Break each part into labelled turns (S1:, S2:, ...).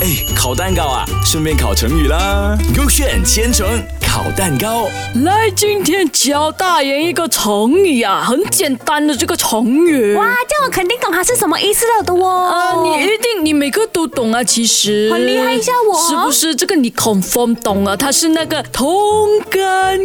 S1: 哎，烤蛋糕啊，顺便烤成语啦。勾选千层烤蛋糕，
S2: 来，今天教大人一个成语啊，很简单的这个成语。
S3: 哇，这样我肯定懂它是什么意思了的哦。
S2: 啊，你一定你每个都懂啊，其实
S3: 很厉害一下我
S2: 是不是？这个你 confirm 懂啊，它是那个同甘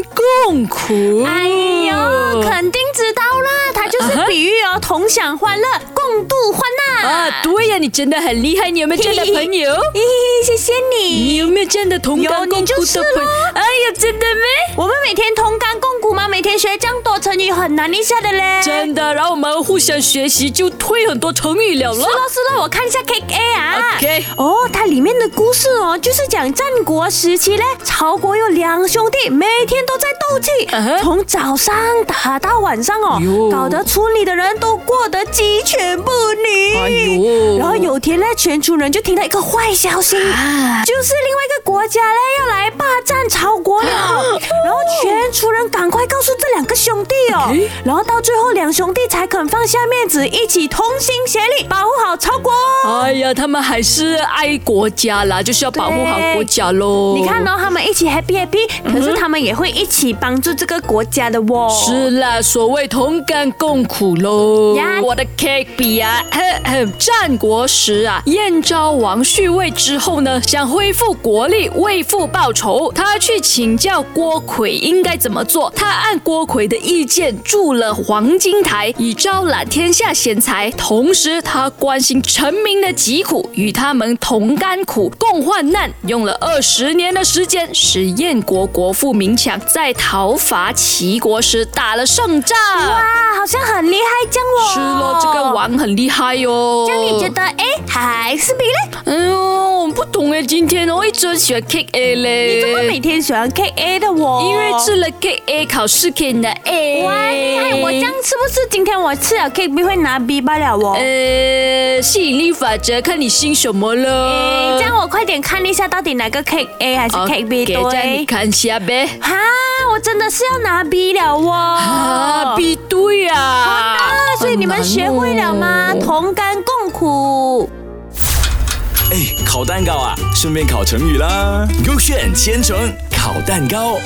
S2: 共苦。
S3: 哎呦，肯定知道啦，它就是比喻哦，同享欢乐，共度欢乐
S2: 啊，对呀、你真的很厉害，你有没有这样的朋友？
S3: 嘿嘿，谢谢你。
S2: 你有没有这样的同甘
S3: 有你
S2: 共苦
S3: 就是
S2: 的朋友？哎呀，真的没。
S3: 我们每天同甘共苦嘛，每天学这样多成语很难一下的嘞。
S2: 真的，然后我们互相学习，就会很多成语了
S3: 是
S2: 咯。
S3: 咯是咯，我看一下 K A 啊。
S2: OK
S3: 哦，它里面的故事哦，就是讲战国时期嘞，曹国有两兄弟，每天都在斗气
S2: 嗯哼
S3: 从早上打到晚上哦
S2: 哟，
S3: 搞得村里的人都过得鸡犬不宁。
S2: 哎呦
S3: 然后有天呢，全村人就听到一个坏消息，
S2: 啊
S3: 就是另外一个国家嘞要来霸占曹国 了，然后全族人赶快告诉这两个兄弟哦
S2: OK，
S3: 然后到最后两兄弟才肯放下面子，一起同心协力保护好曹国。
S2: 哎呀，他们还是爱国家啦，就是要保护好国家喽。
S3: 你看哦，他们一起 happy happy，可是他们也会一起帮助这个国家的哦。
S2: 嗯是啦，所谓同甘共苦喽。
S3: 呀
S2: 我的 cake 比啊，战国时啊，燕昭王续位之后呢，想恢复国力，为父报仇，他去请教郭奎应该怎么做。他按郭奎的意见筑了黄金台，以招揽天下贤才。同时，他关心臣民的疾苦，与他们同甘苦、共患难，用了二十年的时间，使燕国国富民强，在讨伐齐国时打了胜仗。
S3: 哇，啊好像很厉害这样哦。
S2: 是咯，这个。王很厉害哟、哦。
S3: 那你觉得哎，还是比嘞？
S2: 哎呦，我不懂哎，今天我一直很喜欢 K A 嘞。
S3: 你怎么每天喜欢 K A 的我？
S2: 因为吃了 K A 考试可以拿 A。
S3: 哇，厉害！我这样是不是今天我吃了 K B 会拿 B 罢了哦？
S2: 呃，吸引力法则，看你信什么
S3: 诶
S2: 了。
S3: 哎这样我快点看一下到底哪个 K A 还是 K B
S2: 给这样你
S3: 对？
S2: 看一下呗。
S3: 哈，我真的是要拿 B 了哦。
S2: 啊，必对啊。
S3: 啊，所以你们学会了
S2: 很
S3: 吗？
S2: 难哦
S3: 同甘共苦。
S1: 哎，烤蛋糕啊，顺便烤成语啦。勾选千层烤蛋糕。